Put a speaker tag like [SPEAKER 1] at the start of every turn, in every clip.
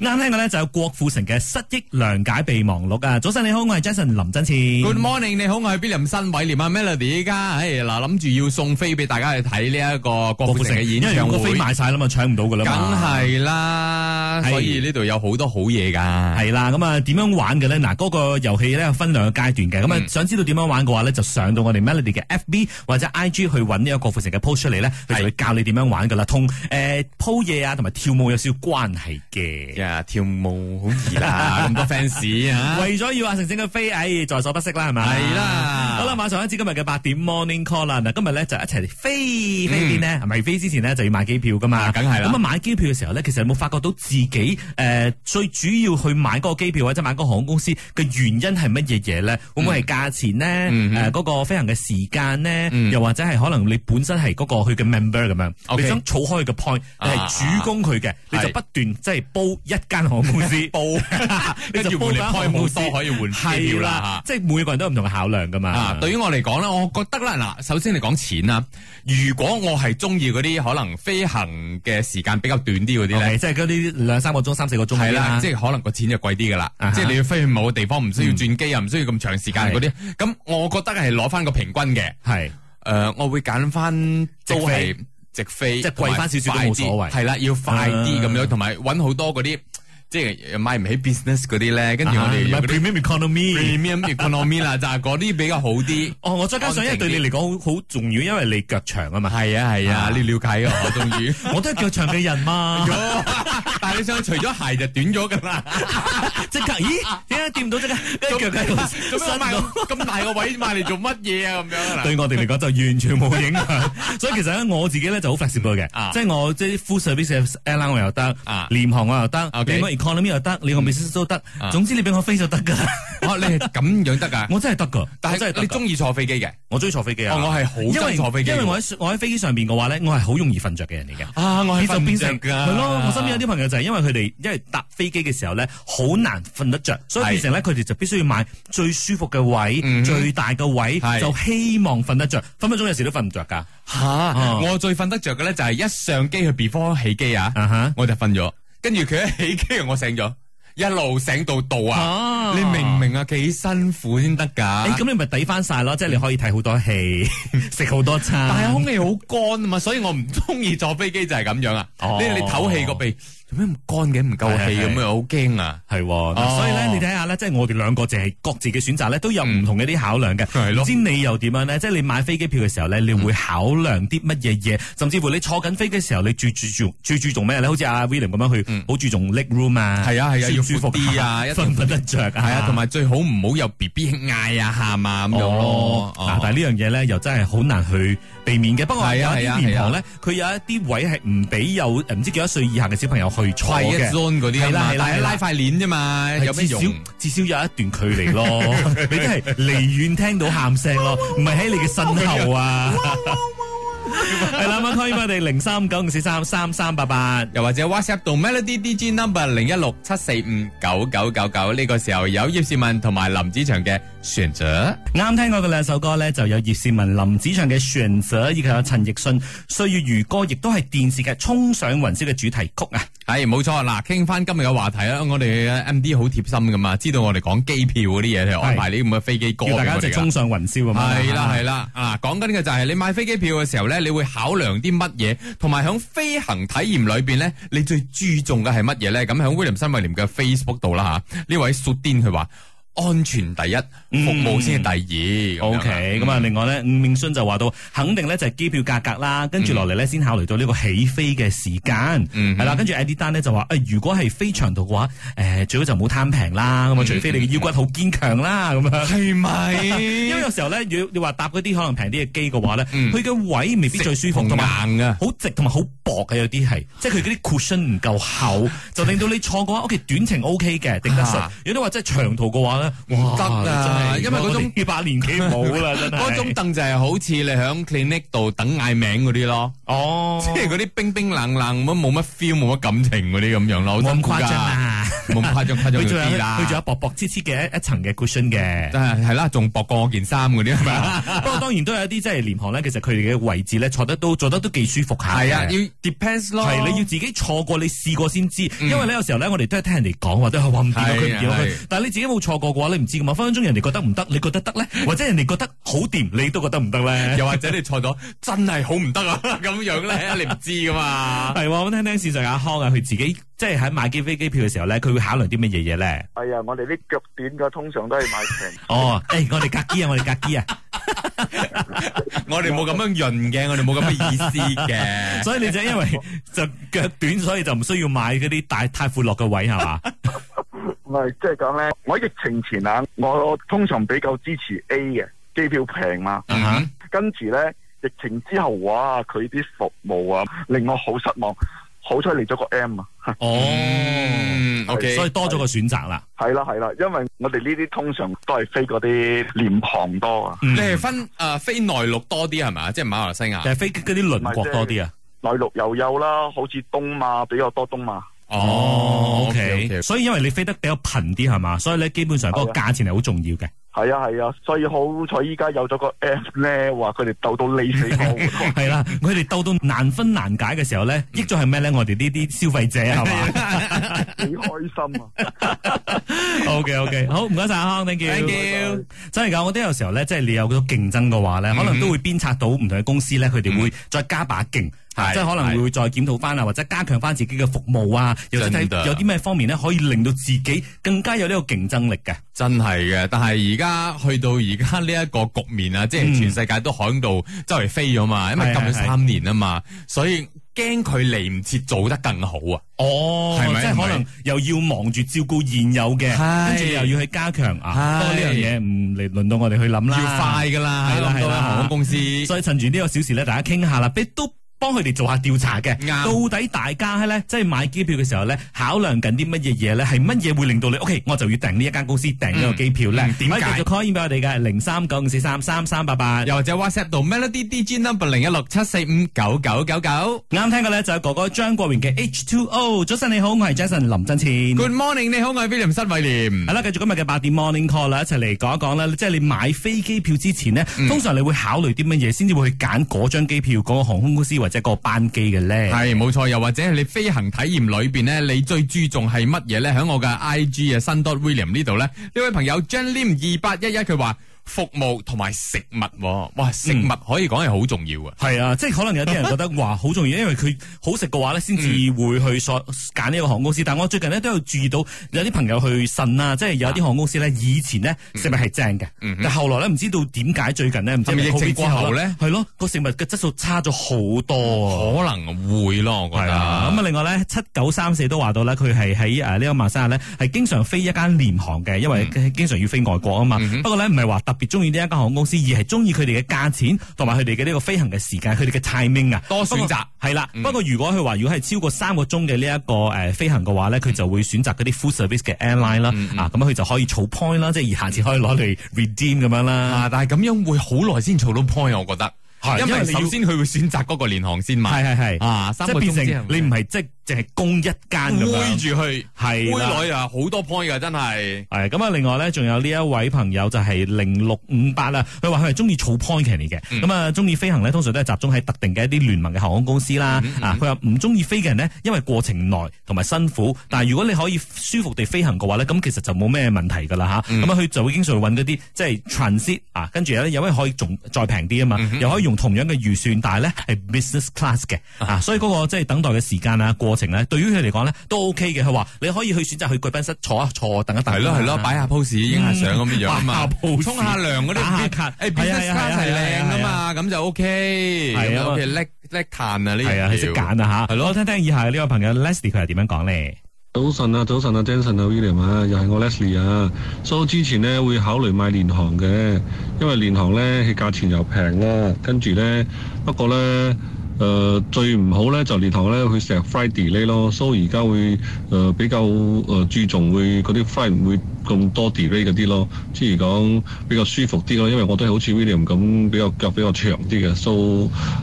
[SPEAKER 1] 啱聽過咧就有郭富城嘅《失憶諒解備忘錄》啊！早晨你好，我係 Jason 林真前。
[SPEAKER 2] Good morning，你好，我係 William 新偉廉啊，Melody 依家，唉嗱諗住要送飛俾大家去睇呢一個郭富城嘅演
[SPEAKER 1] 因為
[SPEAKER 2] 唱
[SPEAKER 1] 個飛
[SPEAKER 2] 會，
[SPEAKER 1] 賣晒啦嘛，搶唔到噶啦
[SPEAKER 2] 梗
[SPEAKER 1] 嘛。
[SPEAKER 2] 係啦，
[SPEAKER 1] 係
[SPEAKER 2] 所以呢度有好多好嘢噶。
[SPEAKER 1] 係啦，咁啊點樣玩嘅咧？嗱，嗰個遊戲咧有分兩個階段嘅，咁啊
[SPEAKER 2] 嗯
[SPEAKER 1] 想知道點樣玩嘅話咧，就上到我哋 Melody 嘅 FB 或者 IG 去揾呢個郭富城嘅 post 出嚟咧，佢就會教你點樣玩噶啦，同誒鋪嘢啊同埋跳舞有少少關係嘅。
[SPEAKER 2] 呀，跳舞好易啦，咁多 fans 啊，
[SPEAKER 1] 為咗要阿成成嘅飛，唉，在所不惜啦，係咪？
[SPEAKER 2] 係啦
[SPEAKER 1] 好啦，馬上開始今日嘅八點 morning call 啦。嗱，今日咧就一齊飛飛邊呢？係咪飛之前呢就要買機票噶嘛？
[SPEAKER 2] 嗯啊梗係啦
[SPEAKER 1] 咁啊，買機票嘅時候咧，其實有冇發覺到自己誒、呃最主要去買嗰個機票或者買嗰個航空公司嘅原因係乜嘢嘢咧？會唔會係價錢呢？誒、
[SPEAKER 2] 嗯
[SPEAKER 1] 嗰個飛行嘅時間呢？
[SPEAKER 2] 嗯
[SPEAKER 1] 又或者係可能你本身係嗰個佢嘅 member 咁樣
[SPEAKER 2] OK
[SPEAKER 1] 你想儲開佢嘅 point，你
[SPEAKER 2] 啊
[SPEAKER 1] 係主攻佢嘅，你就
[SPEAKER 2] 係
[SPEAKER 1] 不斷即係煲一間航空公 司。
[SPEAKER 2] 跟住換嚟開好多可以換機
[SPEAKER 1] 係
[SPEAKER 2] 票啦。
[SPEAKER 1] 即係每個人都有唔同嘅考量噶嘛。
[SPEAKER 2] 啊，對於我嚟講咧，我覺得啦，嗱，首先你講錢啦，如果我係中意嗰啲可能飛行嘅時間比較短啲嗰啲
[SPEAKER 1] o
[SPEAKER 2] 咧
[SPEAKER 1] k。即係嗰啲兩三個鐘、三四個鐘嗰
[SPEAKER 2] 係
[SPEAKER 1] 啲
[SPEAKER 2] 啦，即係可能個錢就貴啲噶啦
[SPEAKER 1] 啊哈，
[SPEAKER 2] 即係你要飛去某個地方，唔需要轉機啊，唔需要咁長時間嗰啲。咁我覺得係攞翻個平均嘅，
[SPEAKER 1] 係
[SPEAKER 2] 誒，我會揀翻都
[SPEAKER 1] 直飛
[SPEAKER 2] 係直飛，
[SPEAKER 1] 即係貴返少少都冇所謂
[SPEAKER 2] 係啦，要快啲咁樣，同埋揾好多嗰啲即係買唔起 business 嗰啲咧，跟住我哋
[SPEAKER 1] 啊
[SPEAKER 2] 有
[SPEAKER 1] 唔係
[SPEAKER 2] 嗰
[SPEAKER 1] premium
[SPEAKER 2] 啲
[SPEAKER 1] economy。
[SPEAKER 2] premium economy 啦，就係嗰啲比較好啲。
[SPEAKER 1] 哦，我再加上因為對你嚟講好好重要，因為你腳長啊嘛。
[SPEAKER 2] 係啊係
[SPEAKER 1] 啊
[SPEAKER 2] 啊，你了解啊，我終 於。
[SPEAKER 1] 我都係腳長嘅人 嘛，
[SPEAKER 2] 但係你想除咗鞋就短咗噶啦。
[SPEAKER 1] 即刻咦？點解掂唔到 即刻跟腳喺度
[SPEAKER 2] 做咩我
[SPEAKER 1] 伸
[SPEAKER 2] 買
[SPEAKER 1] 到？
[SPEAKER 2] 咁咁大個位買嚟做乜嘢啊？咁樣啊？
[SPEAKER 1] 對我哋嚟講就完全冇影 響，所以其實咧我自己咧就好 flexible 嘅，
[SPEAKER 2] 啊
[SPEAKER 1] 即係我即係 full service airline 我又得
[SPEAKER 2] 啊，
[SPEAKER 1] 廉航我又得，
[SPEAKER 2] OK
[SPEAKER 1] 你個 economy 又得，你個 business 都得
[SPEAKER 2] 啊，
[SPEAKER 1] 總之你俾我飛就得㗎啦，
[SPEAKER 2] 哦，你係咁樣得噶？
[SPEAKER 1] 我真係得㗎，
[SPEAKER 2] 但
[SPEAKER 1] 我真係
[SPEAKER 2] 係
[SPEAKER 1] 得
[SPEAKER 2] 你
[SPEAKER 1] 㗎
[SPEAKER 2] 中意坐飛機嘅？
[SPEAKER 1] 我中意坐飛機啊！
[SPEAKER 2] 哦我係好
[SPEAKER 1] 因
[SPEAKER 2] 憎
[SPEAKER 1] 為
[SPEAKER 2] 坐飛機
[SPEAKER 1] 因為我喺我喺飛機上邊嘅話咧，我係好容易瞓着嘅人嚟嘅。
[SPEAKER 2] 啊，我
[SPEAKER 1] 你就變成
[SPEAKER 2] 噶，
[SPEAKER 1] 係咯，我身邊有啲朋友就係因為佢哋因為搭飛機嘅時候咧，好難瞓得着，所以
[SPEAKER 2] 係
[SPEAKER 1] 變成咧佢哋就必須要買最舒服嘅位、
[SPEAKER 2] 嗯哼
[SPEAKER 1] 最大嘅位，
[SPEAKER 2] 係
[SPEAKER 1] 就希望瞓得着。分分鐘有時都瞓唔着㗎。
[SPEAKER 2] 吓，我最瞓得着嘅咧就係一上機去 before 起機啊
[SPEAKER 1] 啊哈，
[SPEAKER 2] 我就瞓咗，跟住佢一起機我醒咗，一路醒到到
[SPEAKER 1] 啊
[SPEAKER 2] 啊！你明唔明啊？幾辛苦先得
[SPEAKER 1] 誒
[SPEAKER 2] 噶。
[SPEAKER 1] 咁你咪抵翻晒咯，即係你可以睇好多 戲，食好多餐。
[SPEAKER 2] 但係空氣好乾啊嘛，所以我唔中意坐飛機就係咁樣啊！
[SPEAKER 1] 哦
[SPEAKER 2] 你你唞氣個鼻做咩咁乾嘅，唔夠氣
[SPEAKER 1] 係係
[SPEAKER 2] 咁樣，好驚啊！
[SPEAKER 1] 係喎，嗱
[SPEAKER 2] 哦
[SPEAKER 1] 所以咧，你睇下咧，即係我哋兩個淨係各自嘅選擇咧，都有唔同嘅啲考量嘅。
[SPEAKER 2] 係咯
[SPEAKER 1] 唔知你又點樣咧？即係你買飛機票嘅時候咧，你會考量啲乜嘢嘢？甚至乎你坐緊飛機嘅時候，你最注重最注重咩咧？好似阿 William 咁樣，佢好注重 leg room 啊，
[SPEAKER 2] 嗯係啊係啊
[SPEAKER 1] 舒唔舒服
[SPEAKER 2] 要闊 啲啊一定
[SPEAKER 1] 瞓唔瞓得着啊，
[SPEAKER 2] 系啊，同埋最好唔好有 B B 嗌啊喊啊咁樣
[SPEAKER 1] 哦
[SPEAKER 2] 咯，。
[SPEAKER 1] 嗱，但係呢樣嘢咧又真係好難去避免嘅。不過有
[SPEAKER 2] 係
[SPEAKER 1] 一
[SPEAKER 2] 啊係啊
[SPEAKER 1] 啲廉航咧，佢有一啲位係唔俾有唔知幾多歲以下嘅小朋友去坐
[SPEAKER 2] 快一
[SPEAKER 1] 嘅。
[SPEAKER 2] zone 嗰啲啊
[SPEAKER 1] 係啦
[SPEAKER 2] 嘛
[SPEAKER 1] 係，啦
[SPEAKER 2] 但
[SPEAKER 1] 係
[SPEAKER 2] 係
[SPEAKER 1] 啦
[SPEAKER 2] 拉塊鏈啫嘛，有咩
[SPEAKER 1] 至少
[SPEAKER 2] 用？
[SPEAKER 1] 至少有一段距離 咯，你真係離遠聽到喊聲咯，唔係喺你嘅身後啊。係啦，咁可以啊我哋零三九五四三三三八八。
[SPEAKER 2] 又或者 WhatsApp 到 Melody DJ number 零一六七四五九九九九，呢個時候有葉倩文同埋林子祥嘅選擇。
[SPEAKER 1] 啱聽過嘅兩首歌咧，就有葉倩文、林子祥嘅《旋者》，以及有陳奕迅《歲月如歌》，亦都係電視劇《衝上雲霄》嘅主題曲啊。
[SPEAKER 2] 係冇錯，嗱，傾翻今日嘅話題啦，我哋 M D 好貼心噶嘛，知道我哋講機票嗰啲嘢，佢安排呢啲咁嘅飛機歌
[SPEAKER 1] 叫大家
[SPEAKER 2] 俾
[SPEAKER 1] 一
[SPEAKER 2] 我哋啊
[SPEAKER 1] 齊
[SPEAKER 2] 㗎
[SPEAKER 1] 衝上雲霄咁樣。
[SPEAKER 2] 係啦係啦，啊講緊嘅就係你買飛機票嘅時候咧，你會考量啲乜嘢，同埋響飛行體驗裏邊咧，你最注重嘅係乜嘢咧？咁響 William 新威廉嘅 Facebook 度啦吓，呢位 s u d i n 佢話安全第一，服務先係第二。
[SPEAKER 1] O K，咁啊，另外咧，伍明信就話到，肯定咧就係機票價格啦，跟住落嚟咧先考慮到呢個起飛嘅時間，
[SPEAKER 2] 嗯
[SPEAKER 1] 係啦，跟住 Eddie 丹咧就話，哎誒，如果係飛長途嘅話，誒，最好就唔好貪平啦，咁啊，除非你嘅腰骨好堅強啦，咁樣。
[SPEAKER 2] 係咪？
[SPEAKER 1] 因為有時候咧，要你話搭嗰啲可能平啲嘅機嘅話咧，
[SPEAKER 2] 嗯
[SPEAKER 1] 佢嘅位未必最舒服，
[SPEAKER 2] 同
[SPEAKER 1] 同埋
[SPEAKER 2] 硬啊。
[SPEAKER 1] 好直同埋好薄嘅有啲係，即係佢嗰啲 cushion 唔夠 厚，就令到你坐嘅話，OK 短程 O K 嘅，頂得順
[SPEAKER 2] 啊。
[SPEAKER 1] 如果你話真係長途嘅話咧，哇
[SPEAKER 2] 得
[SPEAKER 1] 你真係
[SPEAKER 2] 啊因為嗰種
[SPEAKER 1] 我哋呢把年紀冇啦，真係
[SPEAKER 2] 嗰種凳就係好似你響 clinic 度等嗌名嗰啲咯，
[SPEAKER 1] 哦
[SPEAKER 2] 即係嗰啲冰冰冷冷咁冇乜 feel 冇乜感情嗰啲咁樣咯，好
[SPEAKER 1] 冇
[SPEAKER 2] 辛
[SPEAKER 1] 咁
[SPEAKER 2] 苦
[SPEAKER 1] 誇張
[SPEAKER 2] 㗎。
[SPEAKER 1] 啊！
[SPEAKER 2] 冇咁誇張，誇張
[SPEAKER 1] 佢仲有
[SPEAKER 2] 啲啦。
[SPEAKER 1] 佢仲有薄薄黐黐嘅一一層嘅 cushion 嘅。
[SPEAKER 2] 但係係啦，仲薄過我件衫嗰啲 係咪啊？
[SPEAKER 1] 不過當然都有一啲即係廉航咧，其實佢哋嘅位置咧坐得都坐得都幾舒服下嘅。
[SPEAKER 2] 係啊，要 depends 咯。
[SPEAKER 1] 係你要自己坐過，你試過先知。因為咧有時候咧，我哋都係聽人哋講話，都嗯係話唔掂啊，佢唔掂啊
[SPEAKER 2] 係
[SPEAKER 1] 佢
[SPEAKER 2] 係。
[SPEAKER 1] 但係你自己冇坐過嘅話，你唔知噶嘛。分分鐘人哋覺得唔得，你覺得得咧，或者人哋覺得好掂，你都覺得唔得咧。
[SPEAKER 2] 又或者你錯咗，真係好唔得啊！咁樣 咧，你唔知噶嘛？
[SPEAKER 1] 係喎，我聽聽線上阿康啊，佢自己即係喺買機飛機票嘅時候咧，佢會考量啲乜嘢嘢咧？
[SPEAKER 3] 哎呀，我哋啲腳短嘅通常都係買 平。
[SPEAKER 1] 哦，誒，我哋格機啊，我哋格 機啊，
[SPEAKER 2] 我哋冇咁樣潤嘅，我哋冇咁嘅意思 嘅。
[SPEAKER 1] 所以你就因為就腳短，所以就唔需要買嗰啲大太闊落嘅位係嘛？
[SPEAKER 3] 我係即係講咧，我喺疫情前啊，我通常比較支持 A 嘅，機票平嘛。
[SPEAKER 1] 啊哈
[SPEAKER 2] 嗯
[SPEAKER 3] 跟住咧，疫情之後，哇，佢啲服務啊，令我好失望。好彩嚟咗個 M 啊，
[SPEAKER 1] 哦
[SPEAKER 2] 嗯，OK，
[SPEAKER 1] 所以多咗個選擇啦。
[SPEAKER 3] 係啦係啦，因為我哋呢啲通常都係飛嗰啲廉航多啊，
[SPEAKER 1] 嗯
[SPEAKER 2] 你係分誒飛內陸多啲係咪啊？即係馬來西亞。
[SPEAKER 1] 但係飛嗰啲鄰國多啲啊。
[SPEAKER 3] 內陸又有啦，好似東馬比較多東馬。
[SPEAKER 2] 哦
[SPEAKER 1] ，OK，所以因為你飛得比較頻啲係嘛，所以咧基本上嗰個
[SPEAKER 2] 啊
[SPEAKER 1] 價錢係好重要嘅。
[SPEAKER 3] 係啊係啊，所以好彩依家有咗個 M 咧，話佢哋鬥到你死我活。
[SPEAKER 1] 係啦，佢哋鬥到難分難解嘅時候咧，
[SPEAKER 2] 嗯
[SPEAKER 1] 益咗係咩咧？我哋呢啲消費者係
[SPEAKER 2] 啊
[SPEAKER 1] 嘛
[SPEAKER 3] 幾開心啊！
[SPEAKER 1] ？OK OK，好，唔該晒阿康，thank
[SPEAKER 2] Thank
[SPEAKER 1] you。
[SPEAKER 2] you。嗯
[SPEAKER 1] 真係㗎，我覺得有時候咧，即係你有嗰種競爭嘅話咧，可能都會鞭策到唔同嘅公司咧，佢哋會再加把勁。
[SPEAKER 2] 係
[SPEAKER 1] 即係可能會再檢討翻啊，或者加強翻自己嘅服務啊，又或者
[SPEAKER 2] 真㗎
[SPEAKER 1] 睇有啲咩方面咧，可以令到自己更加有呢個競爭力嘅。
[SPEAKER 2] 真係嘅，但係而家去到而家呢一個局面啊，即
[SPEAKER 1] 嗯
[SPEAKER 2] 係全世界都響度周圍飛咗嘛，因為禁咗三年啊嘛，所以驚佢嚟唔切做得更好啊。
[SPEAKER 1] 哦，
[SPEAKER 2] 係咪
[SPEAKER 1] 即係可能又要忙住照顧現有嘅，
[SPEAKER 2] 係
[SPEAKER 1] 跟住又要去加強啊。
[SPEAKER 2] 係
[SPEAKER 1] 不過呢樣嘢唔嚟輪到我哋去諗啦，
[SPEAKER 2] 要快噶啦，
[SPEAKER 1] 係啦
[SPEAKER 2] 諗到
[SPEAKER 1] 係
[SPEAKER 2] 啦
[SPEAKER 1] 啦
[SPEAKER 2] 航空公司。
[SPEAKER 1] 所以趁住呢個小時咧，大家傾下啦，俾都幫佢哋做下調查嘅。
[SPEAKER 2] 啱
[SPEAKER 1] 到底大家咧，即係買機票嘅時候咧，考量緊啲乜嘢嘢咧？係乜嘢會令到你？OK，我就要訂呢一間公司訂呢個機票咧
[SPEAKER 2] 嗯嗯？點解
[SPEAKER 1] 可以繼續 call in 俾我哋嘅零三九五四三三三八八。
[SPEAKER 2] 又或者 WhatsApp 到 Melody DJ number 零一六七四五九九九九。
[SPEAKER 1] 啱聽嘅咧就係哥哥張國榮嘅 H2O。早晨你好，我係 Jason 林振前。
[SPEAKER 2] Good morning，你好，我係 William 新偉廉
[SPEAKER 1] 系。啦，繼續今日嘅八點 morning call 啦，一齊嚟講一講啦。即係你買飛機票之前呢，
[SPEAKER 2] 嗯
[SPEAKER 1] 通常你會考慮啲乜嘢先至會去揀嗰張機票、嗰、個航空公司或者嗰個班機嘅咧？
[SPEAKER 2] 係冇錯，又或者係你飛行體驗裏邊呢，你最注重係乜嘢呢？喺我嘅 I G 啊，新 dot William 呢度呢，呢位朋友 Jan Lim 二八一一佢話服務同埋食物喎，哇，
[SPEAKER 1] 嗯
[SPEAKER 2] 食物可以講係好重要啊！
[SPEAKER 1] 係啊，即係可能有啲人覺得話好重要，因為佢好食嘅話咧，先至
[SPEAKER 2] 嗯
[SPEAKER 1] 會去所揀呢個航空公司。但我最近咧都有注意到有啲朋友去信啦，即係有啲航空公司咧，以前呢食物係正嘅，
[SPEAKER 2] 嗯哼
[SPEAKER 1] 但後來咧唔知道點解最近呢，唔知
[SPEAKER 2] 係
[SPEAKER 1] 咪
[SPEAKER 2] 咪疫情
[SPEAKER 1] COVID
[SPEAKER 2] 之後呢
[SPEAKER 1] 係咯個食物嘅質素差咗好多啊。
[SPEAKER 2] 可能會咯，我覺
[SPEAKER 1] 係啦，咁
[SPEAKER 2] 得。
[SPEAKER 1] 啊，另外咧，七九三四都話到咧，佢係喺呃誒呢個馬來西亞咧，係經常飛一間廉航嘅，因為
[SPEAKER 2] 嗯
[SPEAKER 1] 經常要飛外國啊嘛。不過咧，唔係話特別中意呢一間航空公司，而係中意佢哋嘅價錢同埋佢哋嘅呢個飛行嘅時間，佢哋嘅 timing 啊，
[SPEAKER 2] 多選擇
[SPEAKER 1] 係啦。
[SPEAKER 2] 嗯
[SPEAKER 1] 不過如果佢話如果係超過三個鐘嘅呢一個誒飛行嘅話咧，佢就會選擇嗰啲 full service 嘅 airline 啦
[SPEAKER 2] 嗯，嗯
[SPEAKER 1] 啊，咁佢就可以儲 point 啦，即係而下次可以攞嚟 redeem 咁樣啦。
[SPEAKER 2] 啊！但係咁樣會好耐先儲到 point，我覺得。
[SPEAKER 1] 係
[SPEAKER 2] 因
[SPEAKER 1] 因
[SPEAKER 2] 為
[SPEAKER 1] 為你要
[SPEAKER 2] 首先佢會選擇嗰個年航先買。
[SPEAKER 1] 係係係，
[SPEAKER 2] 啊，三
[SPEAKER 1] 即
[SPEAKER 2] 個
[SPEAKER 1] 係變
[SPEAKER 2] 鐘之後
[SPEAKER 1] 成你唔係即係淨係供一間咁
[SPEAKER 2] 背
[SPEAKER 1] 樣，
[SPEAKER 2] 住去，背
[SPEAKER 1] 係啦。
[SPEAKER 2] 耐啊，好多 point 噶，真係。
[SPEAKER 1] 系咁啊！另外咧，仲有呢一位朋友就係零六五八啦，佢話佢係中意儲 point 嘅人嚟嘅，咁啊中意飛行咧，通常都係集中喺特定嘅一啲聯盟嘅航空公司啦。啊，佢話唔中意飛嘅人呢，因為過程耐同埋辛苦，但係如果你可以舒服地飛行嘅話咧，咁其實就冇咩問題噶啦吓。咁啊，佢就會經常揾嗰啲即係 transit 啊，跟住咧有位可以仲再平啲啊嘛，又可以用同樣嘅預算，但係咧係 business class 嘅啊，所以嗰個即係等待嘅時間啊、過程咧，對於佢嚟講咧都 OK 嘅。佢話你可以去選擇去貴賓室坐一啊坐，等一等。
[SPEAKER 2] 係咯係咯，擺下 pose 影下相咁樣樣啊嘛
[SPEAKER 1] 擺下，pose
[SPEAKER 2] 沖下涼嗰啲，
[SPEAKER 1] 打下卡係
[SPEAKER 2] 誒
[SPEAKER 1] 啊
[SPEAKER 2] business
[SPEAKER 1] 係啊
[SPEAKER 2] class 係
[SPEAKER 1] 係啊
[SPEAKER 2] 靚噶
[SPEAKER 1] 係
[SPEAKER 2] 嘛，咁就 OK，
[SPEAKER 1] 係
[SPEAKER 2] 咁
[SPEAKER 1] 啊
[SPEAKER 2] 就 OK，叻叻彈啊呢
[SPEAKER 1] 係啊，佢識揀啊吓。係咯，聽聽以下呢位朋友 Leslie 佢係點樣講咧？
[SPEAKER 4] 早晨啊，早晨啊，Jason 啊，William 啊，又係我 Leslie 啊。所、so, 以之前咧會考慮買聯航嘅，因為聯航咧佢價錢又平啦，跟住咧不過咧誒、呃最唔好咧就聯航咧佢成日 Friday 咧咯，所以而家會誒、呃比較誒、呃注重會嗰啲 Friday 唔會咁多 delay 嗰啲咯，即係講比較舒服啲咯，因為我都係好似 William 咁比較腳比較長啲嘅，so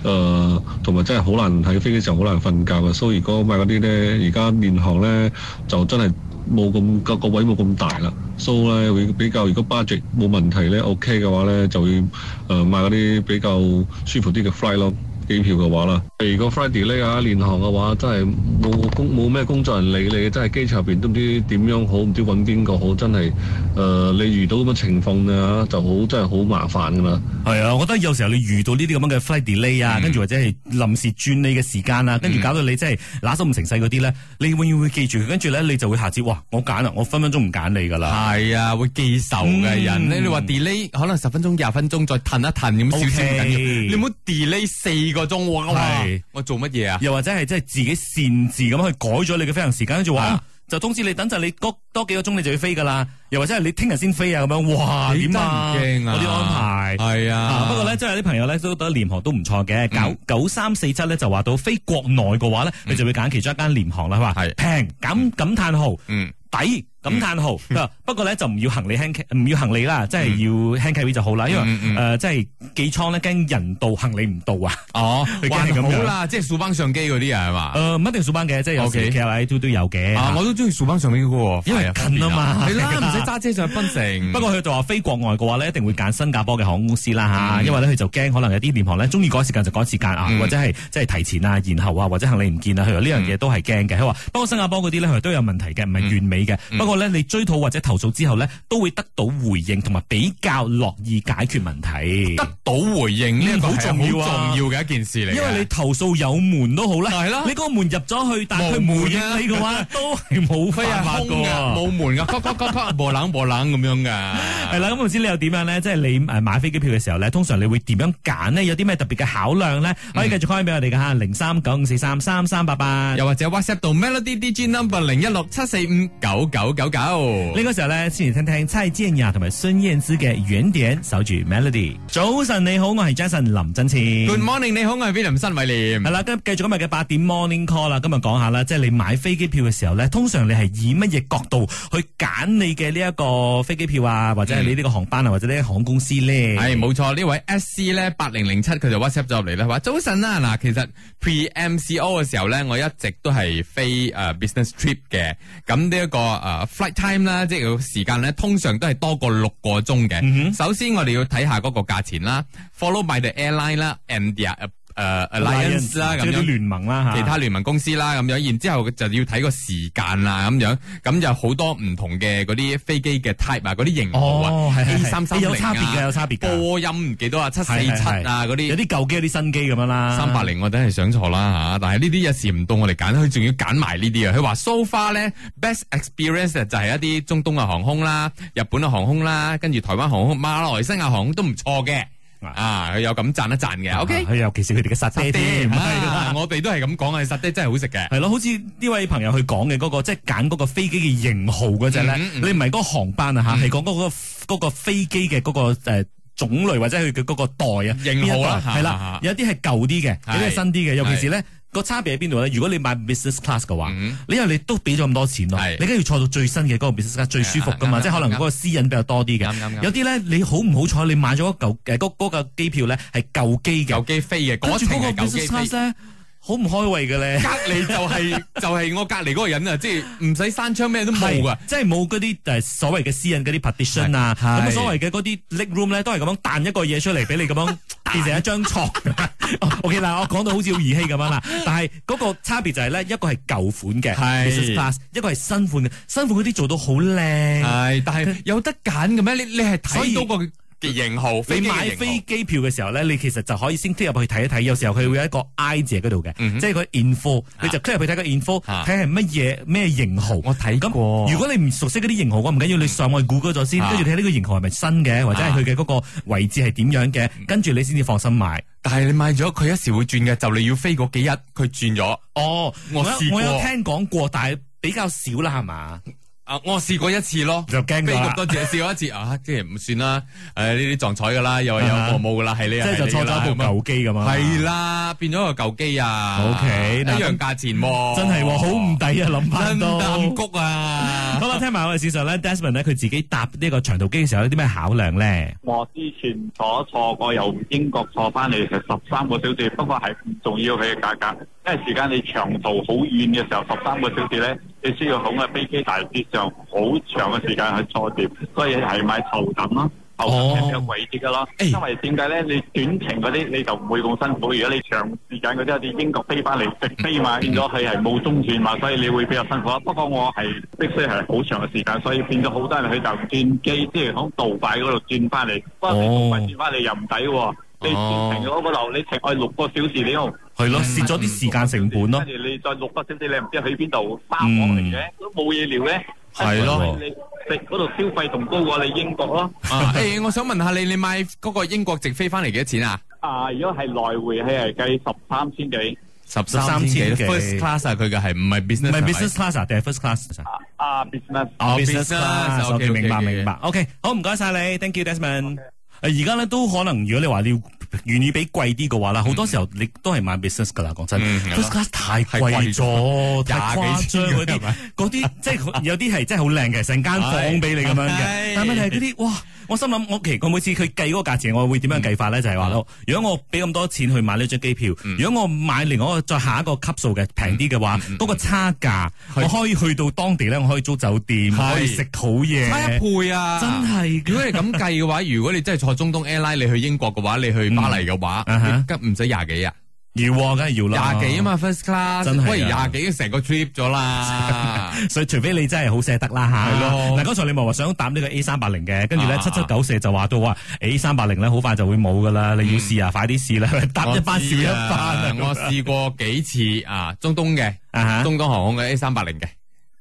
[SPEAKER 4] 誒同埋真係好難喺飛機上好難瞓覺嘅，so 如果買嗰啲咧，而家聯航咧就真係冇咁個個位冇咁大啦，so 咧會比較如果 budget 冇問題咧 OK 嘅話咧，就會誒、呃、買嗰啲比較舒服啲嘅 fly 咯。機票嘅話啦，如果 Friday 呢啊，連航嘅話，真係冇工冇咩工作人理你，真係機場入邊都唔知點樣好，唔知揾邊個好，真係誒、呃你遇到咁嘅情況啊，就好真係好麻煩㗎啦。
[SPEAKER 1] 系啊，我覺得有時候你遇到呢啲咁樣嘅 flight delay 啊，
[SPEAKER 2] 嗯
[SPEAKER 1] 跟住或者係臨時轉你嘅時間啊，跟住搞到你真係拿手唔成勢嗰啲咧，你永遠會記住佢，跟住咧你就會下次哇，我揀啊啦，我分分鐘唔揀你噶啦。
[SPEAKER 2] 系啊，會記仇嘅人咧，
[SPEAKER 1] 嗯
[SPEAKER 2] 你話 delay 可能十分鐘、廿分鐘再褪一褪咁少少唔緊
[SPEAKER 1] OK
[SPEAKER 2] 要，你唔好 delay 四個鐘哇哇
[SPEAKER 1] 係！
[SPEAKER 2] 我做乜嘢啊？
[SPEAKER 1] 又或者係即係自己擅自咁去改咗你嘅飛行時間，跟住話
[SPEAKER 2] 係啊
[SPEAKER 1] 啊就通知你等陣你多多幾個鐘你就要飛噶啦，又或者係你聽日先飛啊咁樣，哇
[SPEAKER 2] 幾
[SPEAKER 1] 點
[SPEAKER 2] 得
[SPEAKER 1] 啊？
[SPEAKER 2] 人驚啊！
[SPEAKER 1] 嗰啲安排。
[SPEAKER 2] 係
[SPEAKER 1] 啊
[SPEAKER 2] 啊，
[SPEAKER 1] 不過咧，即係有啲朋友咧都覺得廉航都唔錯嘅。
[SPEAKER 2] 嗯
[SPEAKER 1] 九九三四七咧就話到飛國內嘅話咧，你就會揀其中一間廉航啦，佢話
[SPEAKER 2] 係
[SPEAKER 1] 平感感嘆號。
[SPEAKER 2] 嗯
[SPEAKER 1] 抵感嘆號，佢話不過咧就唔要行李輕騎唔要行李啦，即係要輕騎位就好啦，因為
[SPEAKER 2] 嗯嗯嗯
[SPEAKER 1] 誒即係寄倉咧驚人到行李唔到啊，
[SPEAKER 2] 哦，
[SPEAKER 1] 你驚係咁
[SPEAKER 2] 還
[SPEAKER 1] 樣
[SPEAKER 2] 好啦，即係數班相機嗰啲啊，係嘛？
[SPEAKER 1] 誒唔呃一定數班嘅，即係有時
[SPEAKER 2] OK
[SPEAKER 1] 騎位都都有嘅。
[SPEAKER 2] 啊，我都中意數班相機嗰個，
[SPEAKER 1] 因為近啊嘛
[SPEAKER 2] 係啦，唔使揸車上去檳城。
[SPEAKER 1] 不過佢就話飛國外嘅話咧，一定會揀新加坡嘅航空公司啦嚇，
[SPEAKER 2] 嗯
[SPEAKER 1] 因為咧佢就驚可能有啲廉航咧中意改時間就改時間啊
[SPEAKER 2] 嗯，
[SPEAKER 1] 或者係即係提前啊、延後啊，或者行李唔見啊，佢話呢樣嘢都係驚嘅。佢話不過新加坡嗰啲咧佢都有問題嘅，唔係完美嘅。
[SPEAKER 2] 嗯
[SPEAKER 1] 不過咧你追討或者投訴之後咧，都會得到回應同埋比較樂意解決問題。
[SPEAKER 2] 得到回應呢一個
[SPEAKER 1] 嗯好
[SPEAKER 2] 係
[SPEAKER 1] 重要
[SPEAKER 2] 好
[SPEAKER 1] 啊
[SPEAKER 2] 重要嘅一件事嚟嘅，
[SPEAKER 1] 因為你投訴有門都好啦，
[SPEAKER 2] 係啦
[SPEAKER 1] 你嗰個門入咗去，但係佢
[SPEAKER 2] 啊冇
[SPEAKER 1] 唔
[SPEAKER 2] 門
[SPEAKER 1] 回應
[SPEAKER 2] 啊
[SPEAKER 1] 你嘅話，都係冇
[SPEAKER 2] 飛
[SPEAKER 1] 辦
[SPEAKER 2] 係
[SPEAKER 1] 法
[SPEAKER 2] 空
[SPEAKER 1] 㗎。
[SPEAKER 2] 嘅，冇門 嘅，咔咔咔咔，波冷波冷咁樣嘅。
[SPEAKER 1] 係啦，咁唔知你又點樣咧？即係你誒買飛機票嘅時候咧，通常你會點樣揀呢？有啲咩特別嘅考量咧？
[SPEAKER 2] 嗯
[SPEAKER 1] 可以繼續 call 俾我哋嘅嚇，零三九五四三三三八八。
[SPEAKER 2] 又或者 WhatsApp 到 Melody DJ number 零一六七四五九九九九。
[SPEAKER 1] 呢個時候咧，先嚟聽聽蔡健雅同埋孫燕姿嘅《原點》，守住 Melody。早晨你好，我係 Jason 林振前。
[SPEAKER 2] Good morning，你好，我係 William 新偉廉
[SPEAKER 1] 系。啦，咁繼續今日嘅八點 morning call 啦。今日講下啦，即係你買飛機票嘅時候咧，通常你係以乜嘢角度去揀你嘅呢一個飛機票啊，或者係你呢個航班啊，或者呢個航空公司咧？
[SPEAKER 2] 系冇錯，呢位 S C 咧八零零七佢就 WhatsApp 咗入嚟啦，話早晨啦，嗱，其實 Pre M C O 嘅時候咧，我一直都係飛诶、呃 business trip 嘅，咁呢一個诶、呃 flight time 啦，即係個時間咧，通常都係多過六個鐘嘅。
[SPEAKER 1] 嗯
[SPEAKER 2] 首先我哋要睇下嗰個價錢啦，follow by the airline 啦，and the 诶、呃 alliance 啦，咁
[SPEAKER 1] 即係啲
[SPEAKER 2] 樣。
[SPEAKER 1] 聯盟啦吓。
[SPEAKER 2] 其他聯盟公司啦咁樣，然之後就要睇個時間啦咁樣，咁有好多唔同嘅嗰啲飛機嘅 type 啊，嗰啲型號
[SPEAKER 1] 哦
[SPEAKER 2] 啊
[SPEAKER 1] 係係
[SPEAKER 2] ，A
[SPEAKER 1] 係
[SPEAKER 2] 三三
[SPEAKER 1] 有差別嘅有差別㗎
[SPEAKER 2] 波音唔幾多啊，七四
[SPEAKER 1] 係
[SPEAKER 2] 七
[SPEAKER 1] 係
[SPEAKER 2] 啊嗰
[SPEAKER 1] 有
[SPEAKER 2] 啲。
[SPEAKER 1] 啲舊機，有啲新機咁樣啦。
[SPEAKER 2] 三八。零我梗係想錯啦嚇，但係呢啲有時唔到我哋揀，佢仲要揀埋呢啲啊！佢話 so far 咧 best experience 就係一啲中東嘅航空啦、日本嘅航空啦，跟住台灣航空、馬來西亞航空都唔錯嘅
[SPEAKER 1] 啊
[SPEAKER 2] 啊！佢有咁讚一讚嘅，OK。
[SPEAKER 1] 佢啊尤其是佢哋嘅
[SPEAKER 2] 沙
[SPEAKER 1] 實
[SPEAKER 2] 爹
[SPEAKER 1] 爹添。係啦
[SPEAKER 2] 啊！我哋都系咁講啊，沙爹真係好食 嘅。
[SPEAKER 1] 係咯，好似呢位朋友去講嘅嗰個，即係揀嗰個飛機嘅型號嗰只咧，
[SPEAKER 2] 嗯嗯嗯嗯
[SPEAKER 1] 你唔係嗰個航班啊嚇，係講嗰個嗰個飛機嘅嗰個誒。種類或者佢嘅嗰個袋啊，
[SPEAKER 2] 型號
[SPEAKER 1] 邊一
[SPEAKER 2] 啦
[SPEAKER 1] 袋係
[SPEAKER 2] 嚇嚇
[SPEAKER 1] 啦，有啲係舊啲嘅，
[SPEAKER 2] 啊係
[SPEAKER 1] 有啲係新啲嘅，尤其是咧個差別喺邊度咧？如果你買 business class 嘅話，
[SPEAKER 2] 嗯
[SPEAKER 1] 你因為你都俾咗咁多錢咯
[SPEAKER 2] 係，
[SPEAKER 1] 你梗係要坐到最新嘅嗰個 business class 最舒服噶
[SPEAKER 2] 係
[SPEAKER 1] 嘛，
[SPEAKER 2] 啱
[SPEAKER 1] 即係可能
[SPEAKER 2] 啱
[SPEAKER 1] 嗰個私隱比較多啲
[SPEAKER 2] 啱啱
[SPEAKER 1] 嘅。
[SPEAKER 2] 啱
[SPEAKER 1] 有啲咧你好唔好彩，你買咗嗰嚿誒嗰嗰個機票咧係舊機嘅
[SPEAKER 2] 有，機飛嘅，
[SPEAKER 1] 跟
[SPEAKER 2] 嗰
[SPEAKER 1] 住
[SPEAKER 2] 程
[SPEAKER 1] 嗰
[SPEAKER 2] 係
[SPEAKER 1] 個
[SPEAKER 2] 有機
[SPEAKER 1] business
[SPEAKER 2] 飛。
[SPEAKER 1] class 咧好唔開胃嘅咧
[SPEAKER 2] 隔。離就 係就係我隔離嗰個人啊，即係唔使閂窗咩都冇
[SPEAKER 1] 係
[SPEAKER 2] 噶。
[SPEAKER 1] 即係冇嗰啲誒所謂嘅私隱嗰啲 partition 啊，
[SPEAKER 2] 係係
[SPEAKER 1] 咁所謂嘅嗰啲 leg room 咧，都係咁樣彈一個嘢出嚟俾你咁樣變成一張床。OK 嗱，我講到好似好兒戲咁樣啦，但係嗰個差別就係咧，一個係舊款嘅
[SPEAKER 2] 係
[SPEAKER 1] business class，一個係新款嘅，新款嗰啲做到好靚。
[SPEAKER 2] 係，但係有得揀嘅咩？你你係
[SPEAKER 1] 所以
[SPEAKER 2] 睇到個嘅型號，飛
[SPEAKER 1] 你
[SPEAKER 2] 機
[SPEAKER 1] 買
[SPEAKER 2] 嘅
[SPEAKER 1] 飛
[SPEAKER 2] 型
[SPEAKER 1] 機票嘅時候咧，你其實就可以先 click 入去睇一睇，有時候佢會有一個 I 字喺嗰度嘅，
[SPEAKER 2] 嗯哼
[SPEAKER 1] 即係個 info，你就 click 入去睇個 info，
[SPEAKER 2] 啊
[SPEAKER 1] 睇係乜嘢咩型號。
[SPEAKER 2] 號。我睇
[SPEAKER 1] 咁如果你唔熟悉嗰啲型號，我唔緊要，你上網 Google 咗先，
[SPEAKER 2] 啊
[SPEAKER 1] 跟住睇呢個型號係咪新嘅，或者係佢嘅嗰個位置係點樣嘅，跟住你先至放心買。
[SPEAKER 2] 但係你買咗佢一時會轉嘅，就你要飛嗰幾日佢轉咗。
[SPEAKER 1] 哦，
[SPEAKER 2] 我
[SPEAKER 1] 有
[SPEAKER 2] 試過
[SPEAKER 1] 我有聽講過，但係比較少啦，係嘛？
[SPEAKER 2] 啊，我試過一次咯。
[SPEAKER 1] 就驚
[SPEAKER 2] 飛
[SPEAKER 1] 㗎
[SPEAKER 2] 咁
[SPEAKER 1] 啦
[SPEAKER 2] 多次，試過一次啊，即係唔算啦。誒呢啲撞彩㗎啦，又係
[SPEAKER 1] 啊
[SPEAKER 2] 有服務㗎啦，係你
[SPEAKER 1] 即
[SPEAKER 2] 係
[SPEAKER 1] 係就
[SPEAKER 2] 你
[SPEAKER 1] 錯
[SPEAKER 2] 㗎啦
[SPEAKER 1] 咗部
[SPEAKER 2] 咁啊
[SPEAKER 1] 舊機咁啊。
[SPEAKER 2] 系啦，變咗個舊機啊
[SPEAKER 1] OK，
[SPEAKER 2] 一
[SPEAKER 1] 嗱
[SPEAKER 2] 樣價錢喎，
[SPEAKER 1] 真係喎好唔抵啊！諗
[SPEAKER 2] 真
[SPEAKER 1] 翻都。
[SPEAKER 2] 暗谷啊！
[SPEAKER 1] 好啦，聽埋我哋事實咧，Desmond 咧佢自己搭呢個長途機嘅時候有啲咩考量咧？
[SPEAKER 5] 我之前所坐過由英國坐翻嚟係十三個小時，不過係唔重要佢嘅價格，因為時間你長途好遠嘅時候，十三個小時呢，你需要好嘅飛機大致上好長嘅時間去坐掂，所以係買頭等咯。頭等係比較貴啲嘅咯，
[SPEAKER 2] 哎
[SPEAKER 5] 因為點解呢？你短程嗰啲你就唔會咁辛苦，如果你長時間嗰啲，好似英國飛翻嚟直飛嘛，變咗佢係冇中轉嘛，所以你會比較辛苦。啊不過我係的確係好長嘅時間，所以變咗好多人佢就轉機，即係響杜拜嗰度轉翻嚟。不過你杜拜轉翻嚟又唔抵喎，你
[SPEAKER 2] 哦
[SPEAKER 5] 停咗嗰度，你停我六個小時，你用
[SPEAKER 1] 係咯，蝕咗啲時間成本咯
[SPEAKER 5] 跟。住你再六個小時，你唔知去邊度，三房嚟嘅，都冇嘢聊咧。
[SPEAKER 2] 係咯
[SPEAKER 5] 你食嗰度消費仲高過你英國咯。
[SPEAKER 2] 啊，诶，我想問下你，你買嗰個英國直飛翻嚟幾多錢啊？
[SPEAKER 5] 啊，如果係來回係係計十三千幾，
[SPEAKER 2] 十
[SPEAKER 1] 三千幾
[SPEAKER 2] first class 啊，佢嘅係唔係 business？
[SPEAKER 1] 唔係
[SPEAKER 2] 係咪
[SPEAKER 1] business class 啊，定係 first class 啊
[SPEAKER 5] 啊啊 business。
[SPEAKER 2] 哦
[SPEAKER 1] business
[SPEAKER 2] business，
[SPEAKER 1] class，OK，
[SPEAKER 2] OK，OK，
[SPEAKER 1] 明白
[SPEAKER 2] OK，
[SPEAKER 1] 明白。OK，好，唔該晒你，thank you Desmond。誒而家咧都可能，如果你話你要願意俾貴啲嘅話啦，好多時候你都係買 business 噶啦，講真
[SPEAKER 2] 嗯係咯
[SPEAKER 1] ，first class 太
[SPEAKER 2] 太貴
[SPEAKER 1] 貴咗，太
[SPEAKER 2] 廿幾
[SPEAKER 1] 誇
[SPEAKER 2] 千
[SPEAKER 1] 張嗰
[SPEAKER 2] 係
[SPEAKER 1] 啲
[SPEAKER 2] 咪，
[SPEAKER 1] 嗰啲即係有啲係真係好靚嘅，成間房俾你咁樣
[SPEAKER 2] 係
[SPEAKER 1] 嘅。但問題係嗰啲，哇！我心諗，我其實我每次佢計嗰個價錢，我會點樣計法咧？就係話
[SPEAKER 2] 嗯
[SPEAKER 1] 咯，如果我俾咁多錢去買呢張機票，如果我買另外一個再下一個級數嘅平啲嘅話，
[SPEAKER 2] 嗯
[SPEAKER 1] 嗰個差價我可以去到當地咧，我可以租酒店，
[SPEAKER 2] 係
[SPEAKER 1] 可以食好嘢，
[SPEAKER 2] 差一倍啊！
[SPEAKER 1] 真係
[SPEAKER 2] 如
[SPEAKER 1] 嘅。
[SPEAKER 2] 果你咁計嘅話，如果你真係坐中東 airline，你去英國嘅話，你去巴黎嘅話，
[SPEAKER 1] 嗯啊
[SPEAKER 2] 你急唔使廿幾啊？
[SPEAKER 1] 要啊，梗係要啦，
[SPEAKER 2] 廿幾啊。嘛，first class，
[SPEAKER 1] 真係啊
[SPEAKER 2] 喂，廿幾成個 trip 咗啦。
[SPEAKER 1] 所以除非你真係好捨得啦吓，
[SPEAKER 2] 係咯
[SPEAKER 1] 嗱，剛才你咪話想搭呢個 A 三八零嘅，跟住咧
[SPEAKER 2] 啊
[SPEAKER 1] 七七九四就話到話 A 三八零咧好快就會冇噶啦，你要試啊，快啲試啦， 搭一班少一班啊
[SPEAKER 2] 我嗯知啊我試過幾次啊，中東嘅，
[SPEAKER 1] 啊哈
[SPEAKER 2] 中東航空嘅 A 三八零嘅，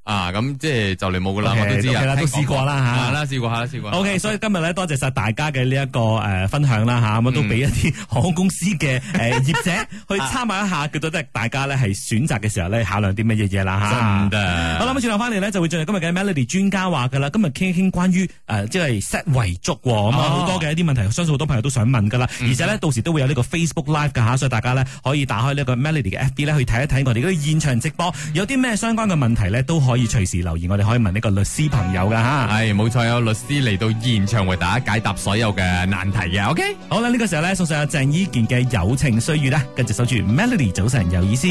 [SPEAKER 2] 啊咁即係就嚟冇噶啦，
[SPEAKER 1] OK，
[SPEAKER 2] 我都知
[SPEAKER 1] OK
[SPEAKER 2] 啊，
[SPEAKER 1] 啦都
[SPEAKER 2] 聽講
[SPEAKER 1] 試過啦嚇
[SPEAKER 2] 啊啦試過下啦試過下。
[SPEAKER 1] O、k 所以今日咧多謝晒大家嘅呢一個誒分享啦吓，咁
[SPEAKER 2] 嗯
[SPEAKER 1] 啊都俾一啲航空公司 嘅誒業者去
[SPEAKER 2] 啊
[SPEAKER 1] 參考一下，佢到底大家咧係選擇嘅時候咧考量啲乜嘢嘢啦吓。
[SPEAKER 2] 真的
[SPEAKER 1] 好啦，咁轉頭翻嚟咧就會進入今日嘅 Melody 專家話噶啦，今日傾一傾關於誒、呃即係 set 遺囑喎，咁啊
[SPEAKER 2] 哦嗯
[SPEAKER 1] 好多嘅一啲問題，相信好多朋友都想問噶啦，而且咧到時都會有呢個 Facebook Live 噶吓，所以大家咧可以打開呢個 Melody 嘅 FB 咧去睇一睇我哋嗰啲現場直播，有啲咩相關嘅問題咧都可以隨時留言，我哋可以問呢個律師朋友噶吓。
[SPEAKER 2] 係冇錯，有律師嚟到現場為大家解答所有嘅難題嘅，OK。
[SPEAKER 1] 好啦，呢、個時候咧送上有鄭伊健嘅《友情歲月》啦，跟住守住 Melody 早晨有意思。